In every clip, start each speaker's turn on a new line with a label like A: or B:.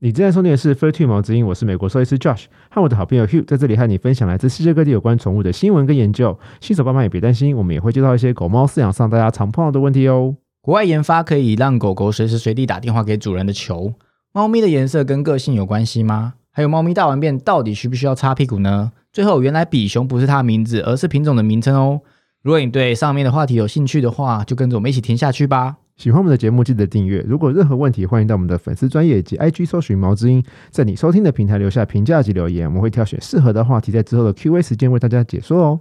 A: 你正在收听的是《Fur Two 毛之音》，我是美国兽医师 Josh，和我的好朋友 Hugh 在这里和你分享来自世界各地有关宠物的新闻跟研究。新手爸妈也别担心，我们也会介绍一些狗猫饲养上大家常碰到的问题哦。
B: 国外研发可以让狗狗随时随地打电话给主人的球，猫咪的颜色跟个性有关系吗？还有猫咪大完便到底需不需要擦屁股呢？最后，原来比熊不是它的名字，而是品种的名称哦。如果你对上面的话题有兴趣的话，就跟着我们一起听下去吧。
A: 喜欢我们的节目，记得订阅。如果有任何问题，欢迎到我们的粉丝专业以及 IG 搜寻“毛之音”，在你收听的平台留下评价及留言，我们会挑选适合的话题，在之后的 Q&A 时间为大家解说哦。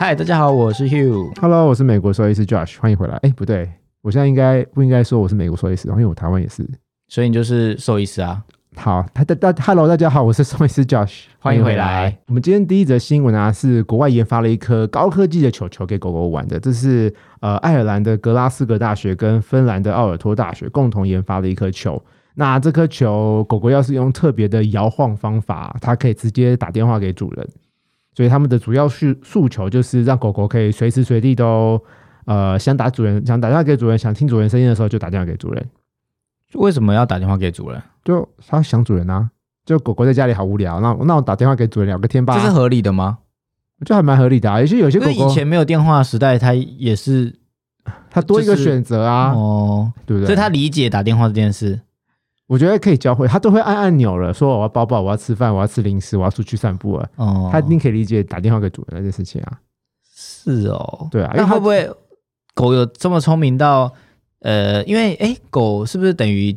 B: 嗨，大家好，我是 Hugh。
A: Hello，我是美国兽医师 Josh，欢迎回来。哎，不对，我现在应该不应该说我是美国兽医师，因为我台湾也是。
B: 所以你就是兽医师啊？
A: 好，大大大，Hello，大家好，我是宋医师 Josh，
B: 欢迎回来。
A: 我们今天第一则新闻啊，是国外研发了一颗高科技的球球给狗狗玩的，这是呃爱尔兰的格拉斯哥大学跟芬兰的奥尔托大学共同研发的一颗球。那这颗球狗狗要是用特别的摇晃方法，它可以直接打电话给主人。所以他们的主要诉诉求就是让狗狗可以随时随地都呃想打主人，想打电话给主人，想听主人声音的时候就打电话给主人。
B: 为什么要打电话给主人？
A: 就它想主人啊，就狗狗在家里好无聊，那那我打电话给主人聊个天吧，
B: 这是合理的吗？
A: 就还蛮合理的、啊。也许有些
B: 因
A: 狗
B: 为以
A: 狗
B: 前没有电话时代，它也是
A: 它多一个
B: 就是
A: 选择啊，
B: 哦，
A: 对不
B: 所
A: 对？
B: 以它理解打电话这件事。
A: 我觉得可以教会，它都会按按钮了，说我要抱抱，我要吃饭，我要吃零食，我要出去散步了。
B: 哦，
A: 它一定可以理解打电话给主人这件事情啊，
B: 是哦，
A: 对啊，因为
B: 那
A: 它
B: 会不会狗有这么聪明到呃，因为哎，狗是不是等于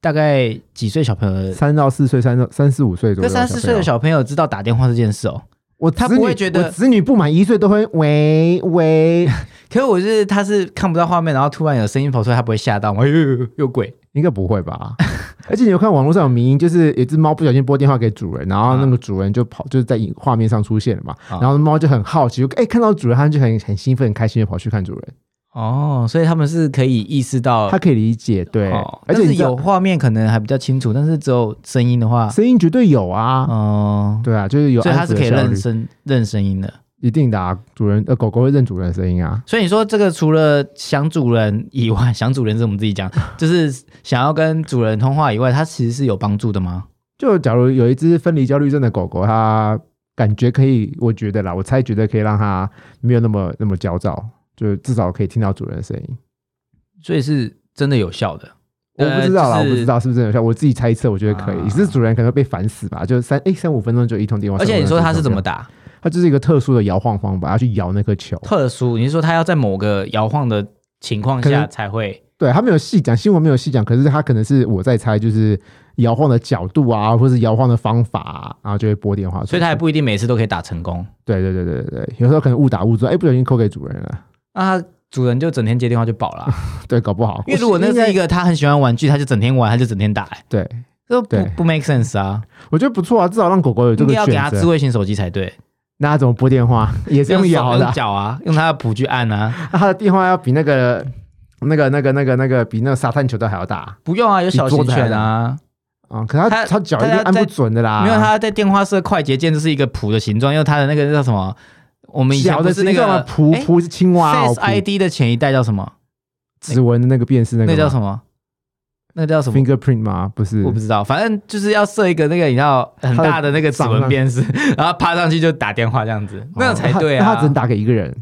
B: 大概几岁小朋友？
A: 三到四岁、三到三四五岁左
B: 这
A: 右，
B: 三四岁的，小朋友知道打电话这件事哦。
A: 我
B: 他
A: 子
B: 不
A: 女
B: 会觉得
A: 我子女不满一岁都会喂喂，
B: 可是我是他是看不到画面，然后突然有声音跑出来，他不会吓到吗？哎呦呦呦，有鬼！
A: 应该不会吧？ 而且你有看网络上有迷因，就是有只猫不小心拨电话给主人，然后那个主人就跑，就是在影画面上出现了嘛。
B: 啊
A: 然后猫就很好奇，就哎、看到主人，它就很很兴奋、很开心的跑去看主人。
B: 哦，所以他们是可以意识到
A: 它，可以理解，对。
B: 啊哦、
A: 而且
B: 但
A: 你
B: 是
A: 知道
B: 有画面可能还比较清楚，但是只有声音的话，
A: 声音绝对有啊，
B: 哦，
A: 对啊，就是有
B: 所以它
A: 安
B: 是
A: 抚
B: 可以
A: 的效
B: 认
A: 率，
B: 声认声音的。
A: 一定的啊。主人呃，狗狗会认主人的声音啊。
B: 所以你说这个除了想主人以外，想主人是我们自己讲， 就是想要跟主人通话以外，它其实是有帮助的吗？
A: 就假如有一只分离焦虑症的狗狗，它感觉可以，我觉得啦，我猜觉得可以让它没有那么那么焦躁，就至少可以听到主人的声音。
B: 所以是真的有效的。
A: 我不知道啦，
B: 呃就是
A: 我不知道是不是真的有效，我自己猜测，我觉得可以。
B: 啊
A: 只是主人可能会被烦死吧，就三哎三五分钟就一通电话。
B: 而且你说它
A: 它
B: 是怎么？打？
A: 它就是一个特殊的摇晃方法，它去摇那颗球。
B: 特殊？你是说它要在某个摇晃的情况
A: 可
B: 下
A: 能
B: 才会？
A: 对，它没有细讲，新闻没有细讲，可是它可能是我在猜，就是摇晃的角度啊，或是摇晃的方法、啊，然后就会拨电话出去。
B: 所以它也不一定每次都可以打成功。
A: 对对对对对对，有时候可能误打误撞，哎，不小心扣给主人 了。
B: 那它主人就整天接电话就饱了啊、
A: 对，搞不好。
B: 因为如果 那
A: 我应
B: 是
A: 该
B: 一个他很喜欢玩具，他就整天玩，他就整天打、欸，
A: 对，
B: 这不
A: 对
B: 不 make sense 啊！
A: 我觉得不错啊，至少让狗狗有这
B: 应
A: 个
B: 该要给他
A: 选
B: 智
A: 择。
B: 慧型手机才 对，
A: 那它怎么拨电话？ 也是用
B: 手
A: 摇的啊、
B: 用脚啊，用他的蹼去按啊。
A: 那它的电话要比那个、那个、那个、那个、那个比那个沙滩球都还要大啊、
B: 不用啊，有小型
A: 比桌子还
B: 犬啊，
A: 嗯可它它
B: 它
A: 脚一定按不准的啦。
B: 没有它在电话设快捷键，就是一个谱的形状，因为它的那个叫什么？我们以前
A: 小
B: 不
A: 的
B: 是那
A: 形状
B: 个
A: 嘛，蹼蹼是青蛙哦，
B: Face
A: 蹼
B: ID 的前一代叫什么？
A: 指纹的那个辨识那
B: 那
A: 个
B: 个叫
A: 么
B: 什么？那个叫什么？
A: ？fingerprint 吗？不是，
B: 我不知道，反正就是要设一个那个你知道很大的那个指纹辨识， 然后趴上去就打电话这样
A: 哦
B: 子，那样才对
A: 他
B: 啊。
A: 只能打给一个人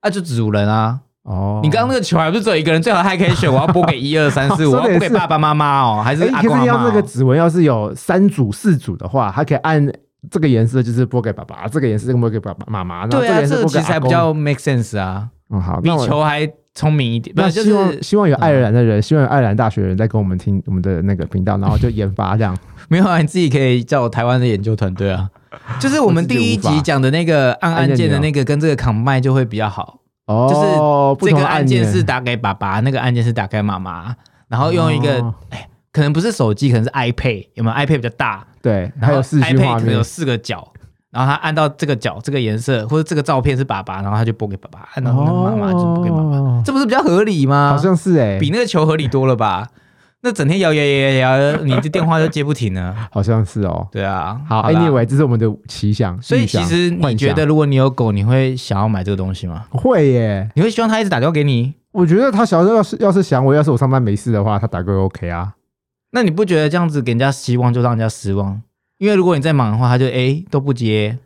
B: 啊，就主人啊！
A: 哦。
B: 你刚刚那个球还不是只有一个人，最好还可以选，我要拨 给一二三四，
A: 说
B: 我
A: 得
B: 要拨给
A: 也是
B: 爸爸妈妈哦，还是
A: 哎
B: 阿
A: 可
B: 公
A: 是
B: 阿
A: 要
B: 妈
A: 那个
B: 哦？
A: 指纹要是有三组四组的话，它可以按这个颜色就是拨给爸爸，这个颜色就拨给爸爸妈妈，然后
B: 对
A: 这个
B: 啊，
A: 颜
B: 这
A: 色
B: 个
A: 拨给
B: 其实
A: 阿
B: 还比
A: 公。
B: 较 make sense 啊，
A: 嗯好，
B: 比
A: 那我
B: 球还聪明一点，不
A: 那
B: 是嗯就
A: 希望
B: 是
A: 希望有爱尔兰的人，希望有爱尔兰大学的人在跟我们听我们的那个频道，然后就研发这样。
B: 没有啊，你自己可以叫台湾的研究团队 啊。就是我们第一
A: 我自己无
B: 集
A: 法
B: 讲的那个按
A: 按
B: 按
A: 键
B: 键的
A: 钮
B: 那个，跟这个 combine 就会比较好。
A: 哦，不
B: 这
A: 同
B: 个
A: 的
B: 按
A: 键
B: 键是打给爸爸，那个按键是打给妈妈，然后用一个、
A: 哦
B: 可能不是手机，可能是 iPad，有没有 iPad 比较大，
A: 对，
B: 然
A: 还
B: 后
A: 有视讯
B: iPad
A: 画
B: 可能
A: 面
B: 有，四个角，然后他按到这个角这个颜色或者这个照片是爸爸，然后他就拨给爸爸，按到那个妈妈就拨给妈妈，
A: 哦
B: 这不是比较合理吗？
A: 好像是哎、
B: 比那个球合理多了吧？那整天摇摇摇摇摇，你的电话都接不停呢。
A: 好像是哦。
B: 对啊，
A: 好
B: 啦
A: ，Anyway，这是我们的奇想。
B: 所以
A: 预
B: 其
A: 想
B: 实你
A: 幻
B: 觉
A: 想
B: 得，如果你有狗，你会想要买这个东西吗？
A: 会耶？
B: 你会希望它一直打电话给你？
A: 我觉得他小时候要是要是想我，要是我上班没事的话，他打个 OK 啊。
B: 那你不觉得这样子给人家希望就让人家失望？因为如果你在忙的话，他就哎都不接，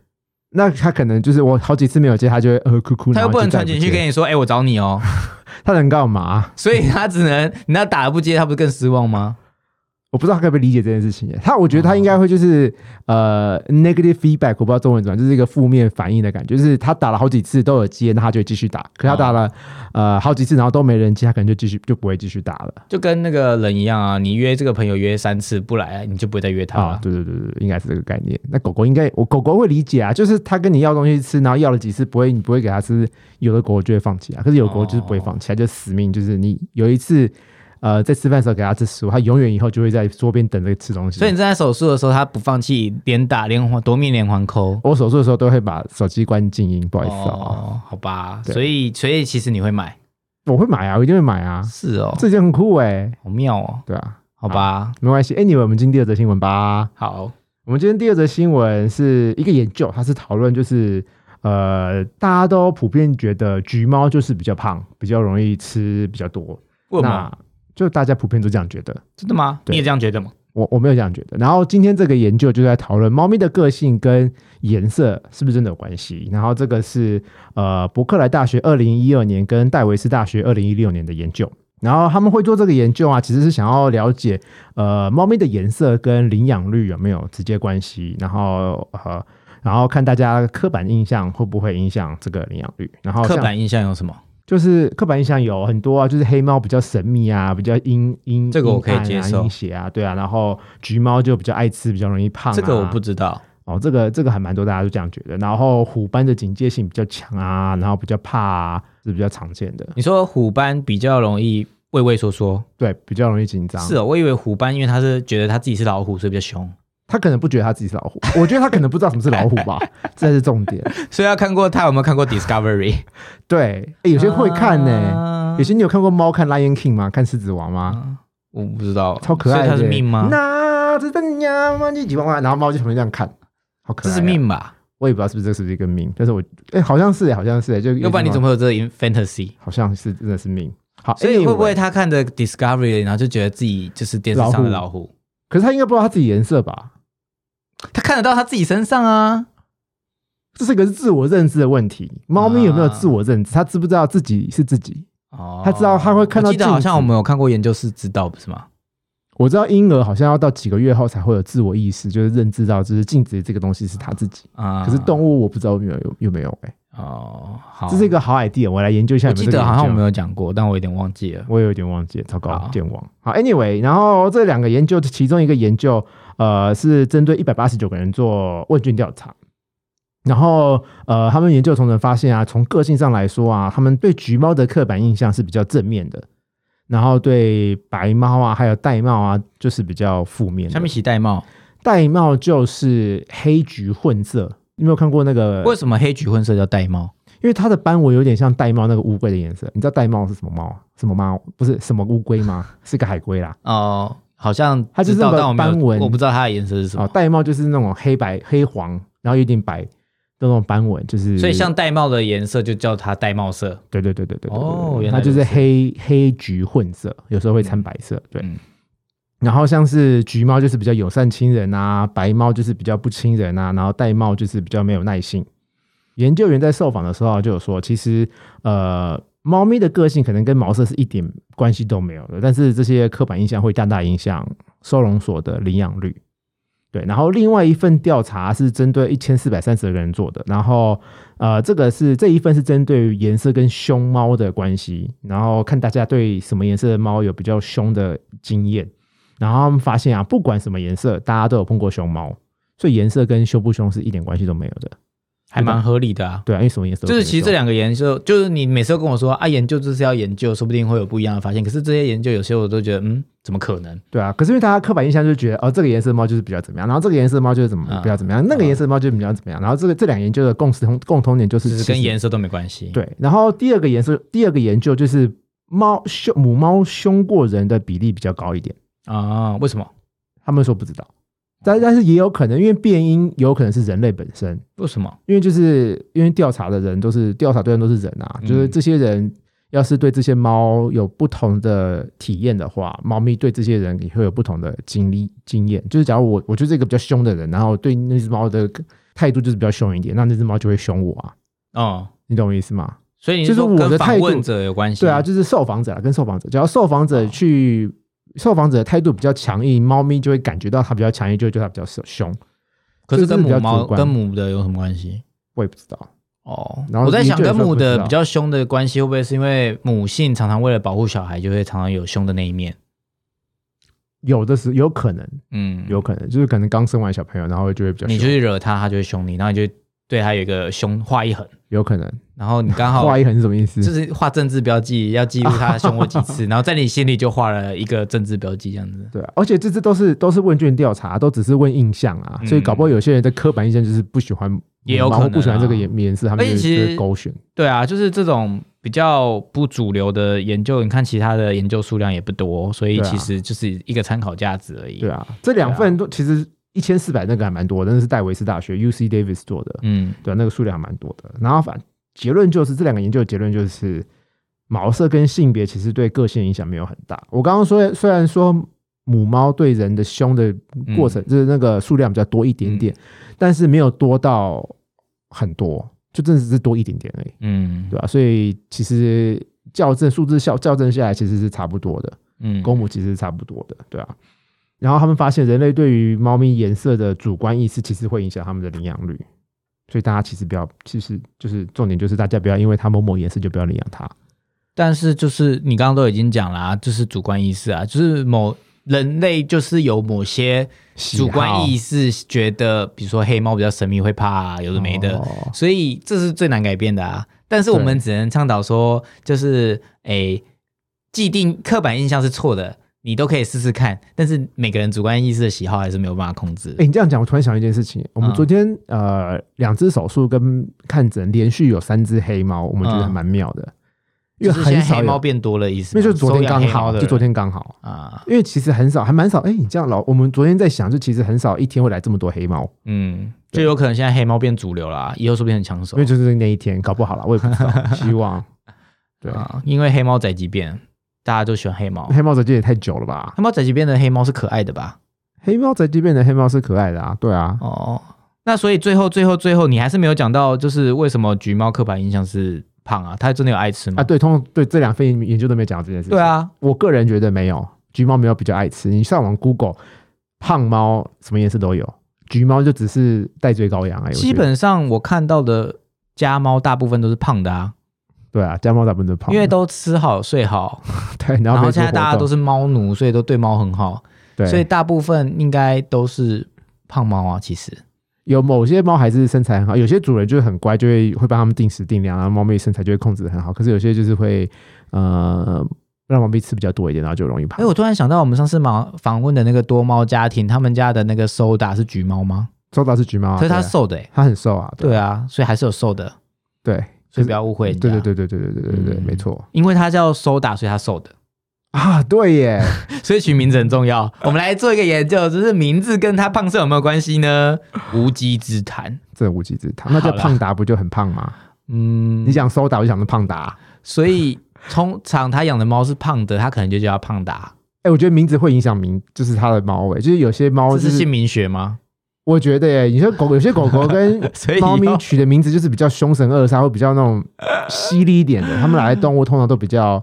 A: 那他可能就是我好几次没有接，他就会呃哭哭，
B: 他又不能传
A: 进
B: 简讯
A: 去
B: 跟你说哎我找 你哦，
A: 他能干嘛？
B: 所以他只能你那打了不接，他不是更失望吗？
A: 我不知道他可不可以理解这件事情耶。他我觉得他应该会就是、呃 negative feedback，我不知道中文怎么，讲，就是一个负面反应的感觉。就是他打了好几次都有接，那他就会继续打。可是他打了、呃好几次，然后都没人接，他可能就继续就不会继续打了。
B: 就跟那个人一样啊，你约这个朋友约三次不来，你就不会再约他
A: 啊
B: 了，。
A: 对对对对，应该是这个概念。那狗狗应该，我狗狗会理解啊，就是它跟你要东西吃，然后要了几次不会，你不会给它吃，有的狗就会放弃啊。可是有狗就是不会放弃，它就死命，就是你有一次，呃，在吃饭的时候给它吃食物，它永远以后就会在桌边等着吃东西。
B: 所以你正在手术的时候，他不放弃，连打连环夺命连环扣。
A: 我手术的时候都会把手机关静音，不好意思啊，
B: 哦，好吧，
A: 对
B: 所以所以其实你会买，我
A: 我会买啊，我一定会买啊，
B: 是哦，
A: 这件很酷哎、
B: 好妙哦，
A: 对啊，
B: 好吧，
A: 没关系。Anyway，我们进第二则新闻吧。
B: 好，
A: 我们今天第二则新闻是一个研究，它是讨论就是呃，大家都普遍觉得橘猫就是比较胖，比较容易吃比较多，
B: 问嘛，
A: 那就大家普遍都这样觉得。
B: 真的吗？
A: 对
B: 你也这样觉得吗？
A: 我我没有这样觉得。然后今天这个研究就在讨论猫咪的个性跟颜色是不是真的有关系。然后这个是呃伯克莱大学二零一二年跟戴维斯大学二零一六年的研究。然后他们会做这个研究啊，其实是想要了解呃猫咪的颜色跟领养率有没有直接关系，然后呃然后看大家刻板印象会不会影响这个领养率。然后
B: 刻
A: 像
B: 板印象有什么？
A: 就是刻板印象有很多啊，就是黑猫比较神秘啊，比较阴阴，
B: 这个我可以
A: 阴暗啊
B: 接受
A: 阴邪啊，对啊，然后橘猫就比较爱吃，比较容易胖、啊。
B: 这个我不知道。
A: 哦，这个这个还蛮多大家都这样觉得。然后虎斑的警戒性比较强啊，然后比较怕啊，是比较常见的，
B: 你说虎斑比较容易畏畏缩缩，
A: 对，比较容易紧张。
B: 是哦，我以为虎斑因为它是觉得它自己是老虎，所以比较凶，
A: 他可能不觉得他自己是老虎，我觉得他可能不知道什么是老虎 吧，这才是重点。
B: 所以要看过它有没有看过 Discovery，
A: 对，哎诶有些会看呢、
B: 啊
A: 有些你有看过猫看 Lion King 吗？看狮子王吗？
B: 我不知道，
A: 超可爱
B: 所以
A: 的，
B: 它是命吗？
A: 那这是你呀，忘记几万万，然后猫就旁边这样看，好可
B: 这
A: 爱、啊
B: 是，命吧？
A: 我也不知道是不是这是不是一个命，但是我哎、好像是、好像是、哎就
B: 要不然你怎
A: 么
B: 么会有这个 in- fantasy？
A: 好像是真的是命？好，
B: 所以会不会
A: anyway？
B: 他看着 Discovery，然后就觉得自己就是电视上的老虎？
A: 可是他应该不知道他自己颜色吧？
B: 他看得到他自己身上啊，
A: 这是一个自我认知的问题。猫咪有没有自我认
B: 嗯
A: 知？它知不知道自己是自己？
B: 哦
A: 他知道他会看到
B: 我记得
A: 镜子
B: 好像我们有看过研究是知道，不是吗？
A: 我知道婴儿好像要到几个月后才会有自我意识，就是认知到就是镜子这个东西是他自己。
B: 啊、
A: 可是动物我不知道有没有有有没有哎、
B: 哦，好，
A: 这是一个好 idea，我来研究一下
B: 我
A: 有没有
B: 记
A: 这个研究。
B: 得好像我们有讲过，但我有点忘记了。
A: 我也有点忘记了，糟糕
B: 好，
A: 健忘。好，anyway，然后这两个研究，其中一个研究，呃，是针对一百八十九个人做问卷调查，然后呃，他们研究同仁发现啊，从个性上来说啊，他们对橘猫的刻板印象是比较正面的，然后对白猫啊，还有玳瑁啊，就是比较负面
B: 下
A: 的
B: 面。起戴帽，
A: 玳瑁就是黑橘混色，你有没有看过那个？
B: 为什么黑橘混色叫戴帽？
A: 因为它的斑纹有点像玳瑁那个乌龟的颜色。你知道玳瑁是什么猫？什么猫？不是什么乌龟吗？是个海龟啦。
B: 哦、好像
A: 它就是
B: 知道
A: 那个
B: 但我没有
A: 斑纹
B: 我不知道它的颜色是什么。
A: 哦，玳瑁就是那种黑白黑黄，然后有点白的那种斑纹，就是
B: 所以像戴帽的颜色就叫它戴帽色。
A: 对对对对对对对
B: 哦
A: 对
B: 原来
A: 它就
B: 如
A: 是
B: 此
A: 黑黑橘混色，有时候会掺白色，对。
B: 嗯
A: 然后像是橘猫就是比较友善亲人啊，白猫就是比较不亲人啊，然后玳瑁就是比较没有耐性。研究员在受访的时候啊就有说，其实呃，猫咪的个性可能跟毛色是一点关系都没有的，但是这些刻板印象会大大影响收容所的领养率。对，然后另外一份调查是针对一千四百三十个人做的，然后呃，这个是这一份是针对于颜色跟凶猫的关系，然后看大家对什么颜色的猫有比较凶的经验，然后他们发现啊，不管什么颜色，大家都有碰过熊猫，所以颜色跟凶不凶是一点关系都没有的，
B: 还蛮合理的啊。
A: 对啊，因为什么颜色都
B: 就是其实
A: 可
B: 这
A: 以凶
B: 两个研究，就是你每次都跟我说啊，研究就是要研究，说不定会有不一样的发现。可是这些研究有些我都觉得，嗯，怎么可能？
A: 对啊，可是因为大家刻板印象就觉得哦，这个颜色的猫就是比较怎么样，然后这个颜色的猫就是怎么
B: 啊
A: 比较怎么样，那个颜色的猫就是比较怎么样，然后这个这两个研究的共识同共通点就是
B: 就是
A: 其
B: 跟
A: 实
B: 颜色都没关系。，
A: 对，然后第二个研究，第二个研究就是猫凶母猫凶过人的比例比较高一点，
B: 啊、为什么？
A: 他们说不知道，但但是也有可能，因为变音有可能是人类本身，
B: 为什么？
A: 因为就是因为调查的人都是调查对象都是人啊，就是
B: 嗯
A: 这些人要是对这些猫有不同的体验的话，猫咪对这些人也会有不同的经历经验。就是假如我我就是一个比较凶的人，然后对那只猫的态度就是比较凶一点，那那只猫就会凶我啊，
B: 哦，
A: 你懂我意思吗？
B: 所以你
A: 就是
B: 说
A: 我
B: 跟
A: 的
B: 访
A: 态度
B: 问者有关系？
A: 对啊，，就是受访者啦，跟受访者，只要受访
B: 哦
A: 者去，受访者的态度比较强硬，猫咪就会感觉到它比较强硬，就会对它比较凶。
B: 可是
A: 这
B: 跟
A: 是比
B: 母
A: 较
B: 猫
A: 主观
B: 跟母的有什么关系？
A: 我也不知道，
B: 哦，
A: 然后
B: 我在想
A: 你就有
B: 跟
A: 时候
B: 母
A: 不知
B: 的
A: 道
B: 比较凶的关系，会不会是因为母性常常为了保护小孩，就会常常有凶的那一面？
A: 有的时有可能，
B: 嗯，
A: 有可能就是可能刚生完小朋友，然后就会比较
B: 你
A: 凶，
B: 去惹它，它就会凶你，然后你就对它有一个凶画一横，
A: 有可能。
B: 然后你刚好
A: 画一横是什么意思？
B: 就是画政治标记，要记录它凶过几 次，然后在你心里就画了一个政治标记这样子。
A: 对啊，而且这次都是都是问卷调查，都只是问印象啊，
B: 嗯
A: 所以搞不好有些人的刻板印象就是不喜欢，
B: 也有可能啊
A: 然后不喜欢这个颜颜色，他们
B: 而且
A: 就
B: 其
A: 就
B: 实
A: 会勾选。
B: 对啊，就是这种比较不主流的研究，你看其他的研究数量也不多，所以
A: 对啊
B: 其实就是一个参考价值而已。
A: 对啊，这两份都其实一千四百那个还蛮多的，那是戴维斯大学 U C Davis 做的，
B: 嗯，
A: 对啊、那个数量还蛮多的。然后反结论就是这两个研究的结论就是毛色跟性别其实对个性影响没有很大。我刚刚说虽然说母猫对人的凶的过程、就是那个数量比较多一点点，但是没有多到很多，就真的只是多一点点而已，
B: 嗯
A: 对吧、所以其实校正数字校校正下来其实是差不多的。
B: 嗯
A: 公母其实是差不多的，对啊。然后他们发现，人类对于猫咪颜色的主观意识其实会影响它们的领养率，所以大家其实不要，其实就是重点就是大家不要因为它某某颜色就不要领养它。
B: 但是就是你刚刚都已经讲啦、就是主观意识啊，就是某人类就是有某些主观意
A: 识
B: 识，觉得比如说黑猫比较神秘，会怕、啊、有的没的，
A: 哦
B: 所以这是最难改变的啊。但是我们只能倡导说，就是诶，既定刻板印象是错的，你都可以试试看，但是每个人主观意识的喜好还是没有办法控制。
A: 哎，你这样讲，我突然想一件事情。我们
B: 嗯
A: 昨天、呃，两只手术跟看诊连续有三只黑猫，我们觉得
B: 嗯
A: 还蛮妙的，因
B: 就
A: 为
B: 是现
A: 很
B: 在
A: 少
B: 黑
A: 有
B: 猫，变多了意思
A: 因
B: 吗，
A: 为就昨天
B: 收养
A: 刚
B: 黑猫
A: 好，
B: 的
A: 就昨
B: 人
A: 天刚好，
B: 啊，
A: 因为其实很少，还蛮少。哎，你这样老，我们昨天在想，就其实很少一天会来这么多黑猫。
B: 嗯，就有可能现在黑猫变主流啦，以后说不定很抢手
A: 因为就是那一天，搞不好了，我也不知道。希望对
B: 啊，因为黑猫宅急便，大家都喜欢 黑猫。
A: 黑猫宅急便也太久了吧？
B: 黑猫宅急便的黑猫是可爱的吧？
A: 黑猫宅急便的黑猫是可爱的啊，对啊，
B: 哦，那所以最后最后最后，你还是没有讲到，就是为什么橘猫刻板印象是胖啊？它真的有爱吃吗？
A: 啊对，通对这两份研究都没有讲到这件事情。
B: 对，啊，
A: 我个人觉得没有，橘猫没有比较爱吃。你上网 Google，胖猫什么颜色都有，橘猫就只是戴罪羔羊而已。我觉得
B: 基本上我看到的家猫大部分都是胖的啊，
A: 对啊，家猫大部分都胖的，
B: 因为都吃好睡好，
A: 对，然
B: 然
A: 后
B: 后
A: 没
B: 现在大家都
A: 是
B: 是猫奴，所以都对猫很好，
A: 对，
B: 所以大部分应该都是胖猫啊。其实，
A: 有某些猫还是身材很好，有些主人就是很乖，就会会帮它们定时定量，然后猫咪身材就会控制的很好。可是有些就是会呃让猫咪吃比较多一点，然后就容易
B: 哎，
A: 胖。
B: 我突然想到，我们上次访访问的那个多猫家庭，他们家的那个收达是橘猫吗？
A: 收到是橘猫啊，
B: 可是它
A: 对啊
B: 瘦的、欸，
A: 它很瘦啊，
B: 对啊，所以还是有瘦的，
A: 对
B: 所以不要误会人家。
A: 对对对对对对对对对，
B: 嗯
A: 没错
B: 因为它叫收打，所以它瘦的，
A: 啊，对耶，
B: 所以取名字很 重要。我们来做一个研究，就是名字跟它胖瘦有没有关系呢？ 无稽之谈。
A: 这无稽之谈。那叫
B: 好啦
A: 胖达不就很胖吗？你
B: 嗯，
A: 想收达，我就想是胖达。
B: 所以通常他养的猫是胖的，他可能就叫它胖达。
A: 哎，我觉得名字会影响名，就是它的猫诶，就是有些猫
B: 这
A: 就是是
B: 姓名学吗？
A: 我觉得耶，你说狗有些狗狗跟
B: 所以以后
A: 猫
B: 哦
A: 咪取的名字就是比较凶神恶煞，或比较那种犀利一点的。它们来的动物通常都比较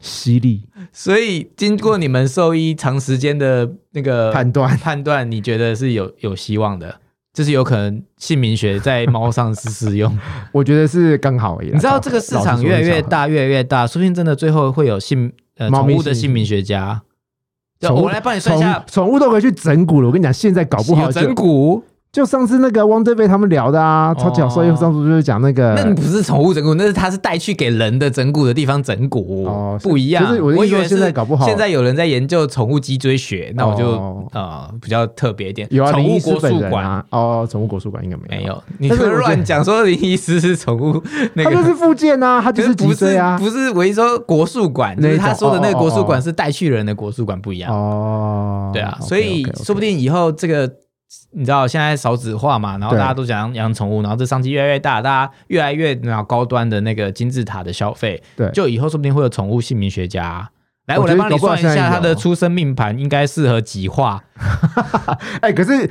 A: 犀利
B: 所以经过你们兽医长时间的那个
A: 判断。
B: 判断，你觉得是有有希望的，就是有可能姓名学在猫上是适用。
A: 我觉得是刚好而已啦。
B: 你知道这个市
A: 老
B: 场
A: 实说
B: 越来越
A: 是刚好，
B: 大，越来越大，说不定真的最后会有姓呃
A: 猫
B: 宠
A: 咪
B: 物的
A: 姓
B: 姓名学家。对
A: 宠物
B: 我来帮你算一下，
A: 宠宠物都可以去整蛊了。我跟你讲，现在搞不好
B: 有
A: 就
B: 整蛊。
A: 就上次那个汪队被他们聊的啊，超级好笑。
B: 哦
A: 因为上次就是讲那个，
B: 那你不是宠物整蛊，那是它是带去给人的整蛊的地方整蛊，
A: 哦是
B: 不一样。
A: 可是我的意思
B: 以为
A: 说现在搞不好
B: 现在有人在研究宠物脊椎学，那我就、
A: 哦
B: 呃比较特别一点。
A: 有啊，
B: 宠
A: 林
B: 物
A: 医师
B: 国
A: 本
B: 术
A: 人
B: 馆、
A: 啊，哦，宠物国术馆应该没
B: 没
A: 有，
B: 有，你
A: 但是
B: 就
A: 我觉得
B: 乱讲说林医师是 宠物那
A: 他
B: 个，
A: 就是附件啊，他就
B: 可
A: 是脊
B: 不
A: 椎
B: 是
A: 啊。
B: 不是我一说国术馆，就是
A: 那
B: 他
A: 种
B: 说的那个国术
A: 哦哦
B: 馆
A: 哦
B: 是带去人的国术馆不一样。
A: 哦，
B: 对啊，
A: OK，OK，OK
B: 所以说不定以后这个你知道现在少子化嘛，然后
A: 对啊
B: 大家都想养养宠物，然后这商机越来越大，大家越来越然后高端的那个金字塔的消费，
A: 对
B: 就以后说不定会有宠物姓名学家啊、来，
A: 我
B: 我来
A: 觉得
B: 帮你
A: 搞不好
B: 算一
A: 现在
B: 下
A: 有
B: 它的出生命盘应该适合几画，
A: 哎、可是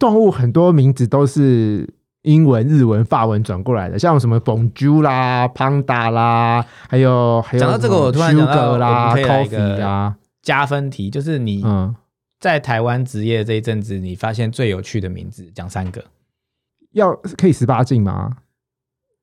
A: 动物很多名字都是英文、日文、法文转过来的，像什么 Bonjour 啦、Panda 啦，还有还有
B: 讲到这个我突然想到
A: Sugar 啦、
B: 我们可以来一个
A: Coffee 啦，
B: 加分题，就是你
A: 嗯，
B: 在台湾职业这一阵子，你发现最有趣的名字，讲三个。
A: 要可以十八禁吗？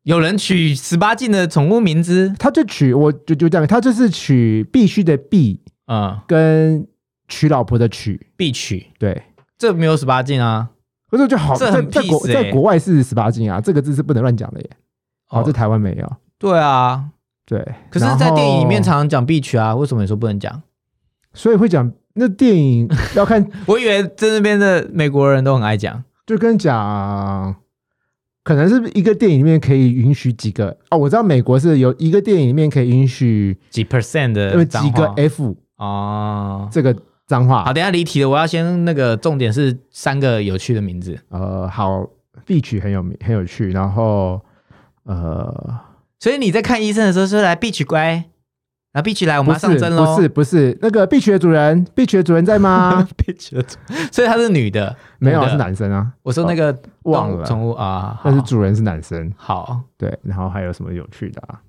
B: 有人取十八禁的宠物名字，
A: 他就取我就就这样，他就是取必须的必
B: 嗯，
A: 跟娶老婆的娶，
B: 必取，
A: 对。
B: 这没有十八禁啊。
A: 可是我觉得好，
B: 这
A: 在
B: 很
A: 在国
B: peace 欸
A: 在国外是十八禁啊，这个字是不能乱讲的耶。哦，在
B: 哦，
A: 台湾没有。
B: 对啊，
A: 对，
B: 可是，
A: 然后
B: 在电影里面常常讲必取啊，为什么你说不能讲？
A: 所以会讲那电 影要看，
B: 我以为在那边的美国人都很爱讲，
A: 就跟讲，可能是一个电影里面可以允许几个哦，我知道美国是有一个电影里面可以允许
B: 几 percent
A: 呃
B: 的
A: 几
B: 脏
A: 个
B: 话
A: F
B: 哦。
A: 这个脏
B: 好，
A: 话。
B: 等一下离题了，我要先那个重点是三个有趣的名字，
A: 呃，好，B 曲很有名很有趣，然后呃，
B: 所以你在看医生的时候说来必取乖，然后必取来我
A: 不
B: 们要
A: 是
B: 上针喽，？
A: 不是不是那个 B 曲的主人，B 曲的主人在吗
B: 必取的，所以他是女的，
A: 没有啊，
B: 女的
A: 是男生啊，
B: 我说那个动
A: 忘了
B: 宠物啊，好
A: 但是主人是男生。
B: 好
A: 对，然后还有什么有趣的啊？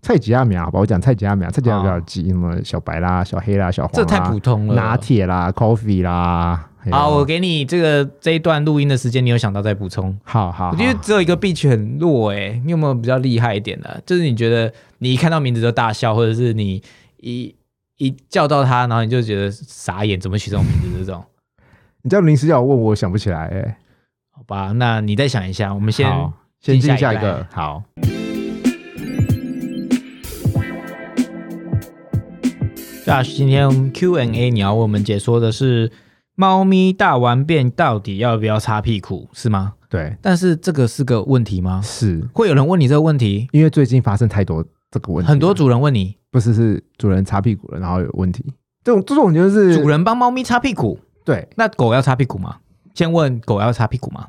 A: 菜吉亚米亚，好吧，我讲菜吉亚米亚，菜吉亚米亚
B: 哦
A: 鸡什么小白啦、小黑啦、小黄啦，
B: 这太普通了。
A: 拿铁啦、coffee 啦。啊还有
B: 好，我给你这个这一段录音的时间，你有想到再补充？
A: 好好，
B: 我觉得
A: 好
B: 只有一个 beach 很弱哎、你有没有比较厉害一点的、就是你觉得你一看到名字就大笑，或者是你一一叫到他，然后你就觉得傻眼，怎么取这种名字？这种
A: 你叫临时要我问我想不起来哎、欸，
B: 好吧？那你再想一下，我们先
A: 好先进
B: 进
A: 下
B: 下
A: 一
B: 一
A: 个
B: 个
A: 好。
B: Josh，今天 Q&A 你要为我们解说的是猫咪大完便到底要不要擦屁股是吗？
A: 对，
B: 但是这个是个问题吗？
A: 是
B: 会有人问你这个问题？
A: 因为最近发生太多这个问题，
B: 很多主人问你，
A: 不是是主人擦屁股了，然后有问题，这种这种就是
B: 主人帮猫咪擦屁股，
A: 对，
B: 那狗要擦屁股吗？先问狗要擦屁股吗？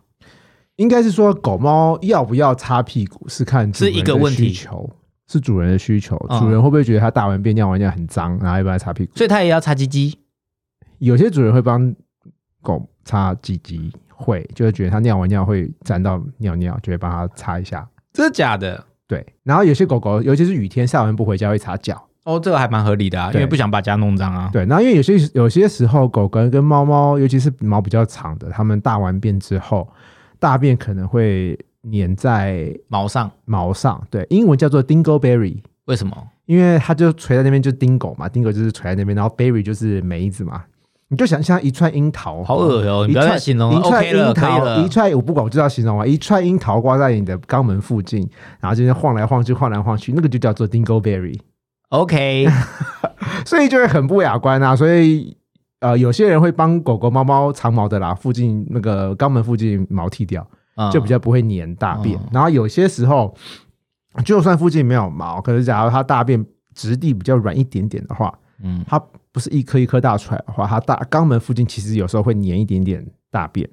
A: 应该是说狗猫要不要擦屁股是看主人的
B: 是一个问题
A: 需求是主人的需求，
B: 嗯
A: 主人会不会觉得它大完便尿完尿很脏，然后要不要擦屁股？
B: 所以它也要擦鸡鸡。
A: 有些主人会帮狗擦鸡鸡，会就会觉得它尿完尿会沾到尿尿，就会帮它擦一下。
B: 真的假的？
A: 对，然后有些狗狗，尤其是雨天下完不回家会擦脚。
B: 哦，这个还蛮合理的啊，因
A: 对
B: 为不想把家弄脏啊。
A: 对，然后因为有些有些时候狗狗跟猫猫，尤其是毛比较长的，它们大完便之后，大便可能会粘在
B: 毛上
A: 毛上，对，英文叫做 dingleberry。
B: 为什么？
A: 因为它就垂在那边就丁狗嘛，丁狗就是垂在那边，然后 berry 就是梅子嘛，你就想像一串樱桃，
B: 好恶哦
A: 一
B: 你不要
A: 串
B: 再形容了
A: 一串
B: OK 了
A: 樱桃
B: 可以了
A: 一串我不管，我就要形容啊，一串樱桃挂在你的肛门附近，然后就边晃来晃去，晃来晃去，那个就叫做 dingleberry，
B: OK，
A: 所以就会很不雅观啊，所以。呃，有些人会帮狗狗、猫猫长毛的啦，附近那个肛门附近毛剃掉，
B: 嗯
A: 就比较不会粘大便。
B: 嗯
A: 然后有些时候，就算附近没有毛，可是假如它大便质地比较软一点点的话，
B: 嗯
A: 它不是一颗一颗大出来的话，它大肛门附近其实有时候会粘一点点大便。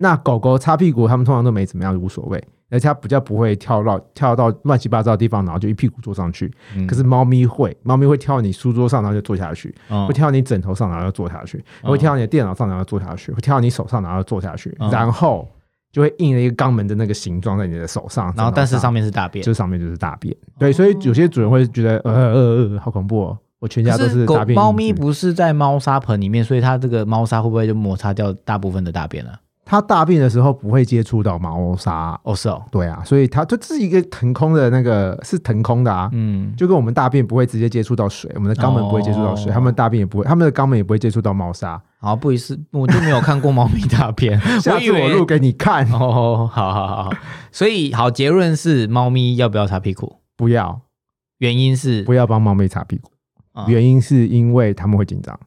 A: 那狗狗擦屁股，它们通常都没怎么样，无所谓，而且它比较不会跳到跳到乱七八糟的地方，然后就一屁股坐上去。
B: 嗯
A: 可是猫咪会，猫咪会跳你书桌上，然后就坐下去；
B: 嗯
A: 会跳到你枕头上，然后就坐下去；
B: 嗯
A: 会跳到你的电脑上，然后坐下去；会跳到你手上，然后坐下去。
B: 嗯
A: 然后就会印了一个肛门的那个形状在你的手上，
B: 然后但是
A: 上
B: 上面是哦大便
A: 就，上面就是大便。对，所以有些主人会觉得呃呃呃，好恐怖哦，我全家都
B: 可是
A: 大
B: 狗
A: 便。
B: 猫咪，不是在猫砂盆里面，所以它这个猫砂会不会就摩擦掉大部分的大便了？
A: 它大便的时候不会接触到猫砂。
B: 哦，是哦，
A: 对啊，所以它就这是一个腾空的那个是腾空的啊。
B: 嗯，
A: 就跟我们大便不会直接接触到水，我们的肛门不会接触到水，
B: 哦
A: 它们大便也不会，它们的肛门也不会接触到猫砂。
B: 好，不好意思，我就没有看过猫咪大便，
A: 下
B: 以
A: 次
B: 为
A: 我录给你看，
B: 哦，好好好，好所以好结论是，猫咪要不要擦屁股？
A: 不要
B: 原因是
A: 不要帮猫咪擦屁股，
B: 啊
A: 原因是因为它们会紧张。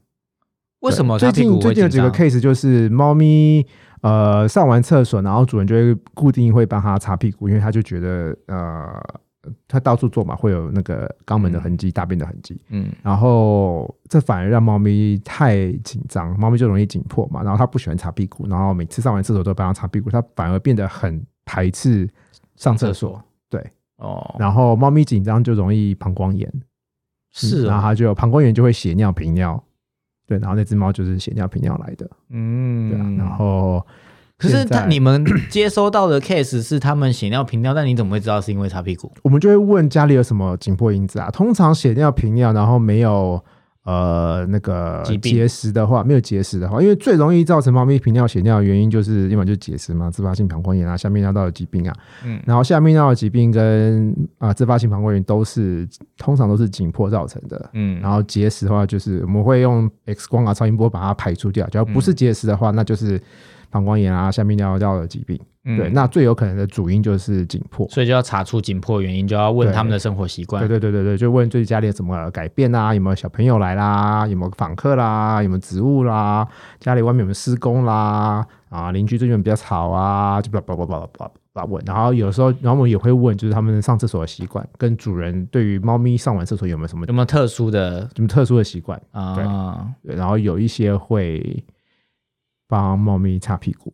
B: 为什么
A: 最
B: 擦屁
A: 近
B: 股
A: 最
B: 会
A: 近有
B: 紧
A: 几个
B: 张？
A: case 就是猫咪呃上完厕所，然后主人就会固定会帮它擦屁股，因为它就觉得呃它到处坐嘛，会有那个肛门的痕迹、大便的痕迹，
B: 嗯，
A: 然后这反而让猫咪太紧张，猫咪就容易紧迫嘛。然后它不喜欢擦屁股，然后每次上完厕所都帮它擦屁股，它反而变得很排斥上厕所。对，
B: 哦，
A: 然后猫咪紧张就容易膀胱炎，嗯
B: 是
A: 然后
B: 啊，
A: 它就膀胱炎就会血尿频尿。对，然后那只猫就是血尿频尿来的，对啊。
B: 嗯，
A: 然后
B: 可是
A: 现在
B: 他你们 接收到的 case 是他们血尿频尿，但你怎么会知道是因为擦屁股？
A: 我们就会问家里有什么紧迫因子啊？通常血尿频尿，然后没有呃那个
B: 疾病
A: 结石的话，没有结石的话，因为最容易造成猫咪频尿血尿的原因就是要么就是结石嘛，自发性膀胱炎啊，下泌尿道的疾病啊，
B: 嗯
A: 然后下泌尿的疾病跟啊、呃自发性膀胱炎都是通常都是紧迫造成的。
B: 嗯
A: 然后结石的话，就是我们会用 X 光啊、超音波把它排除掉。只要不是结石的话，那就是膀胱炎啊、下泌尿道的疾病。
B: 嗯
A: 对，那最有可能的主因就是紧迫。
B: 所以就要查出紧迫原因，就要问
A: 对
B: 他们的生活习惯。
A: 对对对对对，就问最近家里有什么改变啊啦、有没有小朋友来啦，有没有访客啦，有没有植物啦，家里外面有没有施工啦，啊，邻居最近比较吵啊，就叭叭叭叭叭叭叭问。然后有时候，然后我们也会问，就是他们上厕所的习惯，跟主人对于猫咪上完厕所有没有什么
B: 有没有特殊的
A: 什么特殊的习惯？
B: 啊？
A: 对，然后有一些会帮猫咪擦屁股。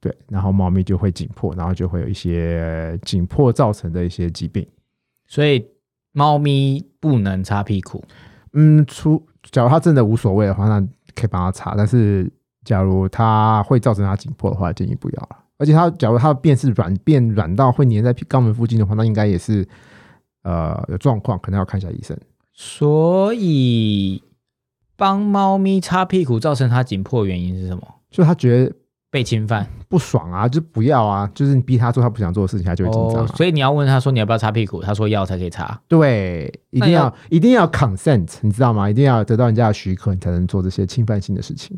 A: 对，然后猫咪就会紧迫，然后就会有一些紧迫造成的一些疾病。
B: 所以猫咪不能擦屁股。
A: 嗯，除假如他真的无所谓的话，那可以帮他擦。但是，假如他会造成他紧迫的话，建议不要了。而且他假如他的便是软便软到会粘在屁肛门附近的话，那应该也是呃有状况，可能要看一下医生。
B: 所以帮猫咪擦屁股造成它紧迫的原因是什么？
A: 就他觉得
B: 被侵犯，
A: 不爽啊，就不要啊，就是你逼他做他不想做的事情，他就会紧张、啊
B: 哦。所以你要问他说你要不要擦屁股，他说要才可以擦。
A: 对，一
B: 那
A: 定
B: 要
A: 要一定要 consent，你知道吗？一定要得到人家的许可，你才能做这些侵犯性的事情。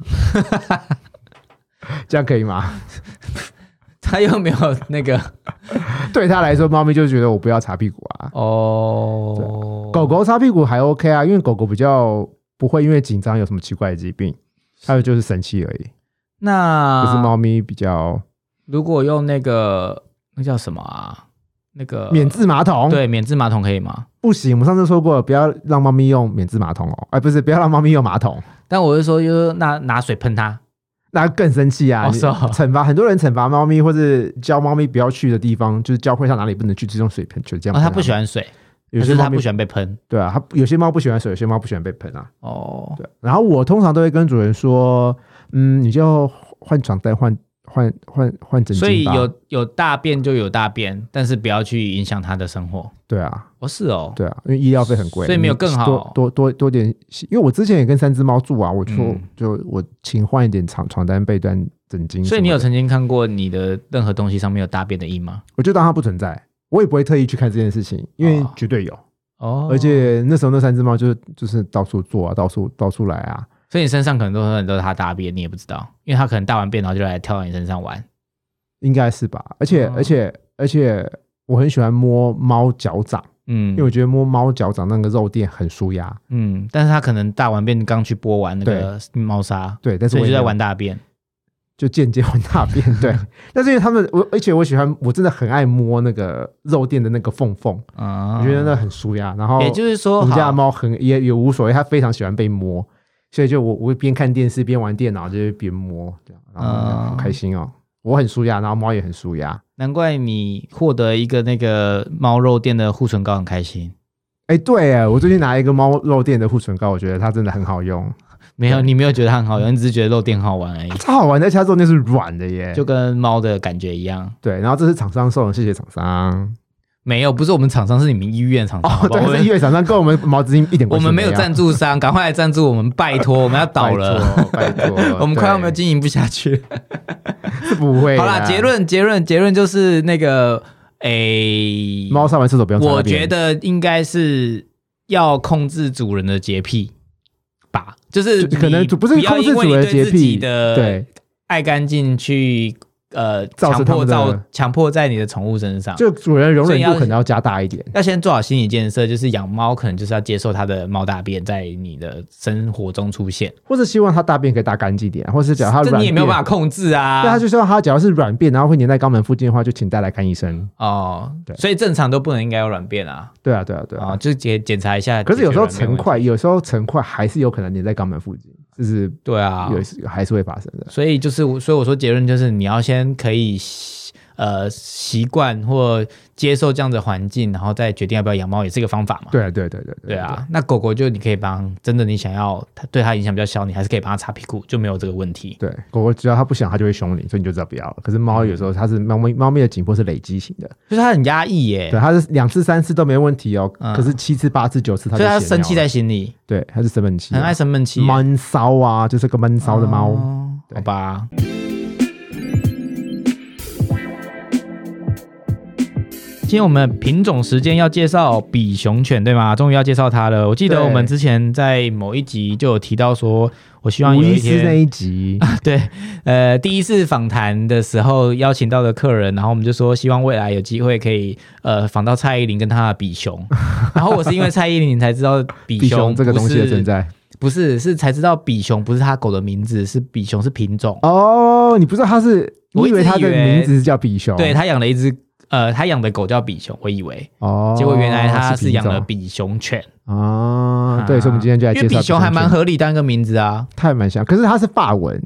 A: 这样可以吗？
B: 他又没有那个
A: 对他来说，猫咪就觉得我不要擦屁股啊。
B: 哦，
A: 狗狗擦屁股还 OK 啊，因为狗狗比较不会因为紧张有什么奇怪的疾病，还有就是生气而已。
B: 那
A: 就是猫咪比较
B: 如果用那个那叫什么啊？那个
A: 免治马桶，，
B: 对免治马桶可以吗？
A: 不行，我们上次说过，不要让猫咪用免治马桶哦，哎，不是，不要让猫咪用马桶，
B: 但我是说，就是拿拿水喷它。
A: 那更生气啊！
B: 哦
A: 你
B: 是哦
A: 惩罚很多人惩罚猫咪，或是教猫咪不要去的地方，就是教会上哪里不能去，就用水盆就这样
B: 哦，
A: 喷啊。
B: 它不喜欢水，
A: 有
B: 可
A: 些
B: 是它
A: 猫咪
B: 不喜欢被喷。
A: 对啊，它有些猫不喜欢水，有些猫不喜欢被喷啊。
B: 哦，
A: 对，然后我通常都会跟主人说，嗯，你就换床单，换换换换枕巾吧。
B: 所以有有大便就有大便，但是不要去影响它的生活。
A: 对啊，
B: 哦，是哦，
A: 对啊，因为医疗费很贵，
B: 所以没有
A: 你
B: 更好
A: 多多多多点。因为我之前也跟三只猫住啊，我就、
B: 嗯
A: 就我请换一点床床单、被单、枕巾。
B: 所以你有，曾经看过你的任何东西上面有大便的印吗？
A: 我就当它不存在，我也不会特意去看这件事情，因为
B: 哦
A: 绝对有。
B: 哦，
A: 而且那时候那三只猫就是就是到处坐啊，到处到处来啊，
B: 所以你身上可能都很多它大便，你也不知道，因为它可能大完便然后就来跳到你身上玩。
A: 应该是吧？而且、
B: 哦
A: 而且而且我很喜欢摸猫脚掌，
B: 嗯
A: 因为我觉得摸猫脚掌那个肉垫很舒压。
B: 嗯，但是它可能大完便刚去剥完那个猫砂，
A: 对，但是
B: 所
A: 我
B: 以
A: 也
B: 就在
A: 没有
B: 玩大便。
A: 就间接玩大便， 对。但是因为他们，我而且我喜欢，我真的很爱摸那个肉垫的那个缝缝，
B: 啊
A: 我觉得那很舒压。然后
B: 也就是说，
A: 我们家
B: 好
A: 的猫很也也无所谓，它非常喜欢被摸，所以就我我会边看电视边玩电脑，就是边摸这样，然后
B: 哦
A: 很开心哦。我很舒压，然后猫也很舒压。
B: 难怪你获得一个那个猫肉店的护唇膏很开心。
A: 哎，对耶，我最近拿一个猫肉垫的护唇膏，我觉得它真的很好用，
B: 没有，你没有觉得它很
A: 嗯
B: 好用，你只是觉得肉店好玩而已，
A: 超好玩，而且它肉垫是软的耶。
B: 就跟猫的感觉一样。
A: 对，然后这是厂商送的，谢谢厂商。
B: 没有，不是我们厂商，是你们医院厂商。好
A: 哦，
B: 吧
A: 对，
B: 我
A: 是医
B: 们
A: 院厂商跟我们毛巾一点
B: 我
A: 关系
B: 们没有
A: 赞
B: 赞助商，赶快来赞助我们，拜托，我们要倒了，，
A: 拜托，拜托
B: 我们快要没有
A: 对
B: 经营不下去。
A: 是不会。
B: 好啦，结，论结论结论就是那个，诶、
A: 猫上完厕所不用擦
B: 我
A: 那边
B: 觉得应该是要控制主人的洁癖吧，就是
A: 就可能
B: 你
A: 主不是
B: 要
A: 控制
B: 因为
A: 主人
B: 你
A: 的洁
B: 对自己
A: 癖，
B: 的
A: 对
B: 爱干净去呃
A: 造
B: 强
A: 成他
B: 迫
A: 们的
B: 造强迫在你的宠物身上。
A: 就主人容
B: 所以
A: 忍
B: 要
A: 度可能要加大一点。
B: 要先做好心理建设，就是养猫可能就是要接受它的猫大便在你的生活中出现，
A: 或是希望它大便可以大干净一点，或是假如它
B: 这
A: 软
B: 你也没有办法
A: 法。
B: 控制啊。
A: 对，他就希望它假如是软便，然后会粘在肛门附近的话，就请带来看医生。
B: 哦
A: 对，
B: 所以正常都不能应该有软便啊，
A: 对啊，对啊，对啊。
B: 啊，就检检查一下。
A: 可是有时候
B: 解决
A: 成
B: 软便问题，
A: 块，有时候成块还是有可能粘在肛门附近，就是
B: 对啊，
A: 有时还是会发生的。
B: 所以就是我，所以我说结论就是你要先可以习呃习惯或接受这样的环境，然后再决定要不要养猫，也是一个方法嘛。
A: 对啊，对对对对
B: 对啊，那狗狗就你可以帮，真的你想要它对它影响比较小，你还是可以帮它擦屁股，就没有这个问题。
A: 对，狗狗只要它不想，它就会凶你，所以你就知道不要了。可是猫有时
B: 嗯
A: 候它是猫咪，猫咪的紧迫是累积型的，
B: 就是它很压抑耶、
A: 啊对，它啊是两次三次都没问题哦，
B: 嗯
A: 可是七次八次九次它
B: 所
A: 就
B: 以它
A: 血尿
B: 生气
A: 了，
B: 在心里，
A: 对，它是生闷气啊，
B: 很爱生闷气耶、
A: 闷骚啊，就是个闷骚的猫。
B: 哦
A: 对
B: 好吧。今天我们品种时间要介绍比熊犬，对吗？终于要介绍它了。我记得
A: 对
B: 我们之前在某一集就有提到说，我希望
A: 无
B: 有
A: 意
B: 一
A: 识那
B: 天，
A: 一集，
B: 对，呃，第一次访谈的时候邀请到的客人，然后我们就说希望未来有机会可以呃访到蔡依林跟她的比熊。 然后我是因为蔡依林才知道比
A: 比
B: 熊
A: 熊这个
B: 不
A: 东西的
B: 是
A: 存在。
B: 不是，是才知道比熊不是它狗的名字，是比熊是品种。
A: 哦，你不知道它是，
B: 我
A: 你以
B: 一直
A: 为它
B: 以
A: 的
B: 为
A: 名字叫比熊，
B: 对，他养了一只，呃，他养的狗叫比熊，我以为，
A: 哦，
B: 结果原来他是养了
A: 品
B: 比熊犬。
A: 种啊，对，所以我们今天就来
B: 因
A: 介
B: 为
A: 绍
B: 比熊还蛮
A: 犬，
B: 合理当一个名字啊。
A: 它还蛮像，可是它是法文，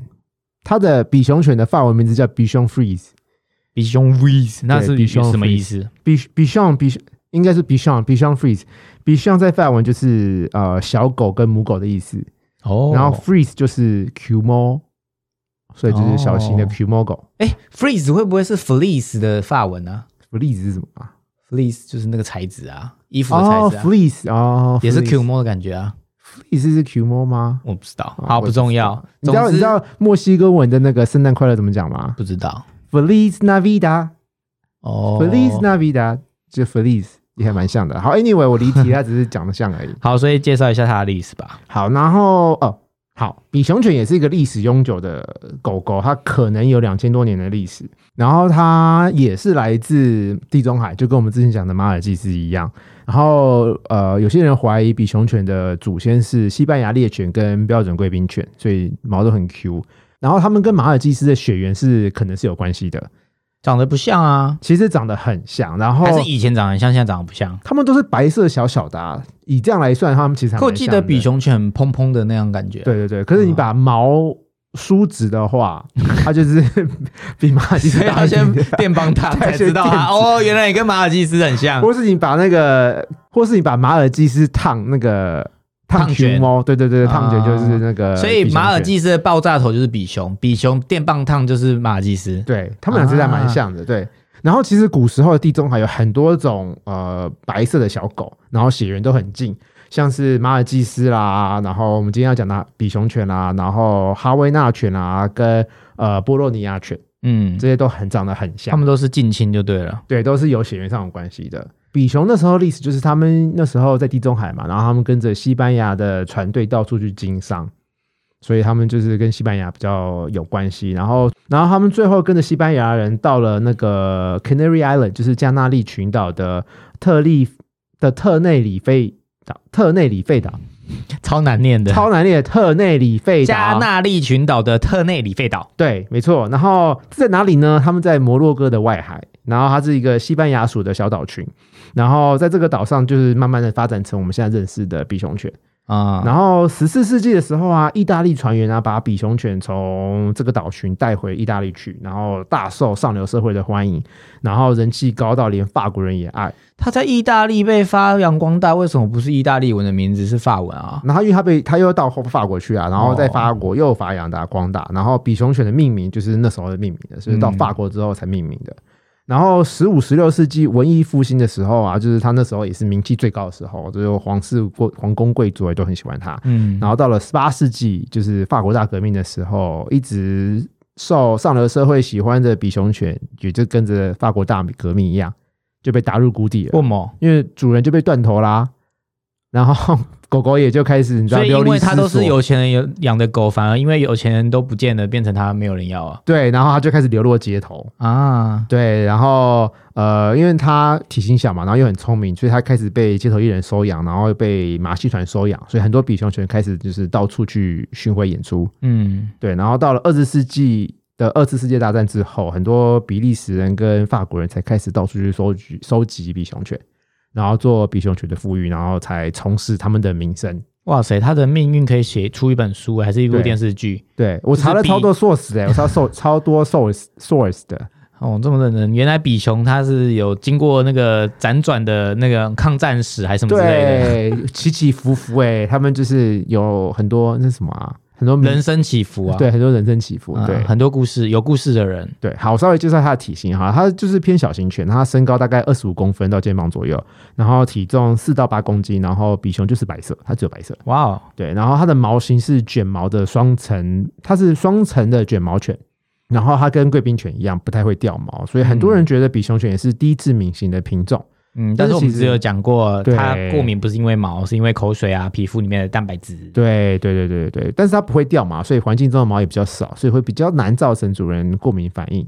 A: 它的比熊犬的法文名字叫比熊 freeze，
B: 比熊 Reese，那
A: 对
B: 是
A: 比熊
B: 什么
A: Frise
B: 意思？
A: 比比熊比应该是比熊比熊 freeze，比熊在法文就是呃小狗跟母狗的意思，
B: 哦
A: 然后 freeze 就是 Q 猫，所以就是小型的
B: 哦
A: Q 猫狗。
B: 哎，Freeze 会不会是 Fleece 的发文啊
A: freeze 是什么啊？
B: ？Fleece 就是那个材质啊，衣服的材
A: 哦
B: 质啊，
A: ，freeze 哦，
B: 也是
A: fleece
B: Q 猫的感觉啊。
A: freeze 是 Q 猫吗？
B: 我不知道，
A: 哦
B: 好
A: 我
B: 不
A: 也
B: 重
A: 不知
B: 要。
A: 你知道
B: 总
A: 你知
B: 之
A: 道墨西哥文的那个圣诞快乐怎么讲吗
B: 不知道
A: ？Feliz Navidad，Feliz
B: 哦。
A: Navidad，就 Feliz 也还蛮像的。好，Anyway，我离题，它只是讲的像而 已。
B: 好，所以介绍一下它的历史吧。
A: 好，然后哦，好，比熊犬也是一个历史悠久的狗狗，它可能有两千多年的历史。然后它也是来自地中海，就跟我们之前讲的马尔济斯一样。然后呃，有些人怀疑比熊犬的祖先是西班牙猎犬跟标准贵宾犬，所以毛都很 Q。然后它们跟马尔济斯的血缘是可能是有关系的，
B: 长得不像啊，
A: 其实长得很像。然后
B: 还是以前长得很像，现在长得不像。
A: 它们都是白色小小的、啊，以这样来算，它们其实还
B: 可我
A: 蛮
B: 记
A: 像
B: 得
A: 的
B: 比熊犬蓬蓬的那样感觉，啊
A: 对对对，可是你把毛梳直的 话，它就是 比马尔济斯
B: 所以
A: 大
B: 要
A: 一点
B: 先
A: 点。
B: 电棒 他才知道
A: 他
B: 啊，
A: 先
B: 哦，原来你跟马尔济斯很像
A: 或是你把那个，或是你把马尔济斯烫那个烫
B: 烫卷
A: 熊猫，对对对，
B: 啊
A: 烫卷就是那个呃比熊
B: 所
A: 犬，
B: 以马尔济斯的爆炸头就是比熊，比熊电棒烫就是马尔济斯。
A: 对他们俩其实还蛮像的，对。然后其实古时候的地中海有很多种呃白色的小狗，然后血缘都很近，像是马尔济斯啦，然后我们今天要讲的比熊犬啦，然后哈威纳犬啦，跟呃波洛尼亚犬，
B: 嗯，
A: 这些都很长得很像
B: 他。们都是近亲就对了。
A: 对，都是有血缘上有关系的。比熊那时候历史就是他们那时候在地中海嘛，然后他们跟着西班牙的船队到处去经商，所以他们就是跟西班牙比较有关系。然后，然后他们最后跟着西班牙人到了那个 Canary Island，就是加那利群岛的特利的特内里费岛，特内里费岛，
B: 超难念的，
A: 超难念的特内里费岛，
B: 加纳利群岛的特内里费岛。
A: 对，没错。然后这在哪里呢？他们在摩洛哥的外海，然后它是一个西班牙属的小岛群。然后在这个岛上，就是慢慢的发展成我们现在认识的比熊犬。
B: 啊、
A: 然后十四世纪的时候啊，意大利船员啊，把比熊犬从这个岛群带回意大利去，然后大受上流社会的欢迎，然后人气高到连法国人也爱。
B: 他在意大利被发扬光大，为什么不是意大利文的名字是法文啊？
A: 然后因为他被他又到法国去啊，然后在法国又发扬达光大，然后比熊犬的命名就是那时候的命名的，就是到法国之后才命名的。然后十五、十六世纪文艺复兴的时候啊，就是他那时候也是名气最高的时候，啊就是皇室贵皇宫贵族也都很喜欢他。
B: 嗯，
A: 然后到了十八世纪，就是法国大革命的时候，一直受上流社会喜欢的比熊犬，也就跟着法国大革命一样，就被打入谷底了。
B: 为什么？
A: 因为主人就被断头啦，然后狗狗也就开始你知道
B: 所以因
A: 流离
B: 为
A: 失
B: 他都是
A: 所
B: 有钱人有养的狗，反而因为有钱人都不见了，变成他没有人要啊
A: 对，然后他就开始流落街头。
B: 啊！
A: 对，然后呃，因为他体型小嘛，然后又很聪明，所以他开始被街头艺人收养，然后又被马戏团收养，所以很多比熊犬开始就是到处去巡回演出。
B: 嗯，
A: 对，然后到了二十世纪的二次世界大战之后，很多比利时人跟法国人才开始到处去收集收集比熊犬，然后做比熊犬的富裕，然后才从事他们的名声。
B: 哇塞，他的命运可以写出一本书，还是一部
A: 对
B: 电视剧？
A: 对我
B: 就是
A: 查了
B: 比
A: 超多 source 的、我查受 超多 source source 的，
B: 哦，这么认真，原来比熊它是有经过那个辗转的那个抗战史，还是什么之类的，
A: 对，起起伏伏哎、他们就是有很多那什么啊，很多名
B: 人生起伏啊，
A: 对，很多人生起伏。
B: 啊
A: 对
B: 很多故事，有故事的人，
A: 对，好，我稍微介绍它的体型哈，它就是偏小型犬，它身高大概二十五公分到肩膀左右，然后体重四到八公斤，然后比熊就是白色，它只有白色。
B: 哇哦，
A: 对，然后它的毛型是卷毛的双层，它是双层的卷毛犬。然后它跟贵宾犬一样，不太会掉毛，所以很多人觉得比熊犬也是低致敏型的品种。
B: 嗯，但
A: 但是
B: 是我们
A: 其实
B: 只有讲过，
A: 对
B: 它过敏不是因为毛，是因为口水啊、皮肤里面的蛋白质。
A: 对对对对对对，但是它不会掉毛，所以环境中的毛也比较少，所以会比较难造成主人过敏反应。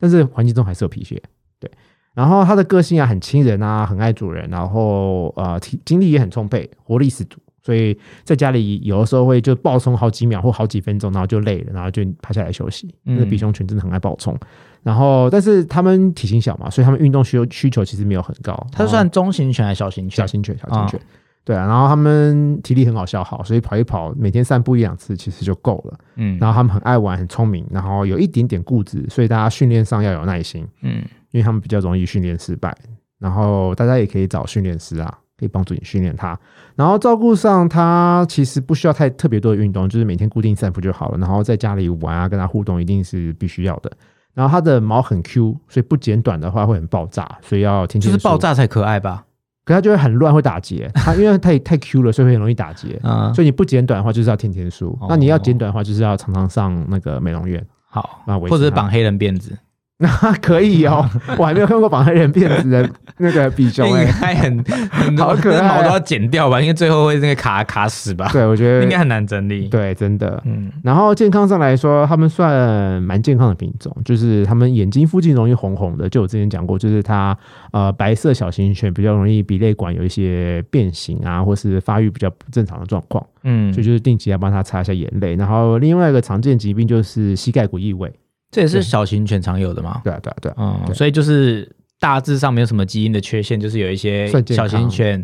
A: 但是环境中还是有皮屑，对。然后它的个性啊很亲人啊，很爱主人，然后呃体精力也很充沛，活力十足，所以在家里有的时候会就暴冲好几秒或好几分钟，然后就累了，然后就趴下来休息。
B: 嗯
A: 那个比熊犬真的很爱暴冲，然后但是它们体型小嘛，所以它们运动需求需求其实没有很高，
B: 它
A: 然后
B: 算中型犬还是小型
A: 小
B: 犬？
A: 型犬，小型犬。对啊，然后他们体力很好消耗，所以跑一跑，每天散步一两次其实就够了。
B: 嗯
A: 然后他们很呃爱玩，很聪明，然后有一点点固执，所以大家训练上要有耐心，
B: 嗯，
A: 因为他们比较容易训练失败。然后大家也可以找训练师啊，可以帮助你训练它。然后照顾上，它其实不需要太特别多的运动，就是每天固定散步就好了。然后在家里玩啊，跟它互动一定是必须要的。然后它的毛很 Q，所以不剪短的话会很爆炸，所以要天
B: 就
A: 天
B: 是爆
A: 梳
B: 炸才可爱吧？
A: 可它就会很乱，会打结。它因为太太 Q 了，所以会很容易打结。
B: 嗯，
A: 所以你不剪短的话，就是要天天梳
B: 哦；
A: 那你要剪短的话，就是要常常上那个美容院
B: 好，
A: 啊，维持
B: 或者是
A: 它
B: 绑。黑人辫子，
A: 那 可以 哦，我还没有看过绑黑人辫子的那个比熊
B: 应
A: 哎、
B: 该很很 多
A: 好可爱啊
B: 毛都要剪掉吧？因为最后会那个卡卡死吧？
A: 对，我觉
B: 应该
A: 得
B: 很难整理。
A: 对，真的。
B: 嗯，
A: 然后健康上来说，他们算蛮健康的品种，就是他们眼睛附近容易红红的，就我之前讲过，就是它呃白色小型犬比较容易鼻泪管有一些变形啊，或是发育比较不正常的状况。
B: 嗯
A: 所以，就是定期要帮他擦一下眼泪。然后另外一个常见疾病就是膝盖骨异位，
B: 这也是小型犬常有的嘛。
A: 对啊对啊对啊，
B: 嗯，
A: 对
B: 所以就是大致上没有什么基因的缺陷，就是有一些
A: 算健
B: 小
A: 康
B: 型犬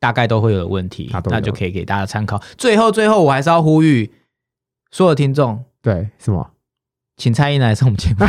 B: 大概都会有的问题
A: 它，都有
B: 那就可以给大家参考。最后，最后我还是要呼吁所有听众，
A: 对什么？
B: 请蔡依林来上我们节目。。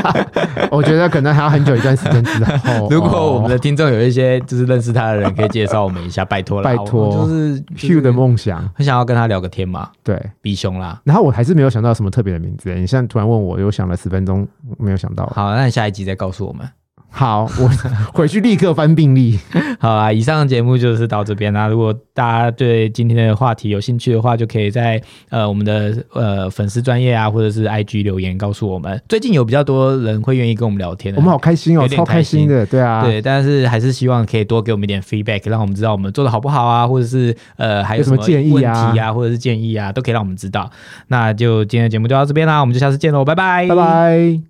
A: 我觉得可能还要很久一段时间之后
B: 如果我们的
A: 哦
B: 听众有一些就是认识他的人，可以介绍我们一下，拜托啦，
A: 拜托
B: 我就是就
A: Q
B: 是
A: 的梦想，
B: 很想要跟他聊个天嘛，
A: 对。
B: 比熊啦。
A: 然后我还是没有想到什么特别的名字，欸你现在突然问我，我想了十分钟没有想到。
B: 好，那你下一集再告诉我们。
A: 好，我 回去立刻翻病历。
B: 好啦，以上的节目就是到这边啦。如果大家对今天的话题有兴趣的话，就可以在呃我们的呃粉丝专业啊，或者是 IG 留言告诉我们。最近有比较多人会愿意跟我们聊天的，
A: 我们好开心
B: 有
A: 哦，
B: 点
A: 超开心的，对啊。
B: 对，但是还是希望可以多给我们一点 feedback，让我们知道我们做的好不好啊，或者是呃还有
A: 有
B: 什
A: 什
B: 么
A: 么建议
B: 问
A: 啊
B: 题啊，或者是建议啊，都可以让我们知道。那就今天的节目就到这边啦，我们就下次见喽，拜拜，
A: 拜。拜。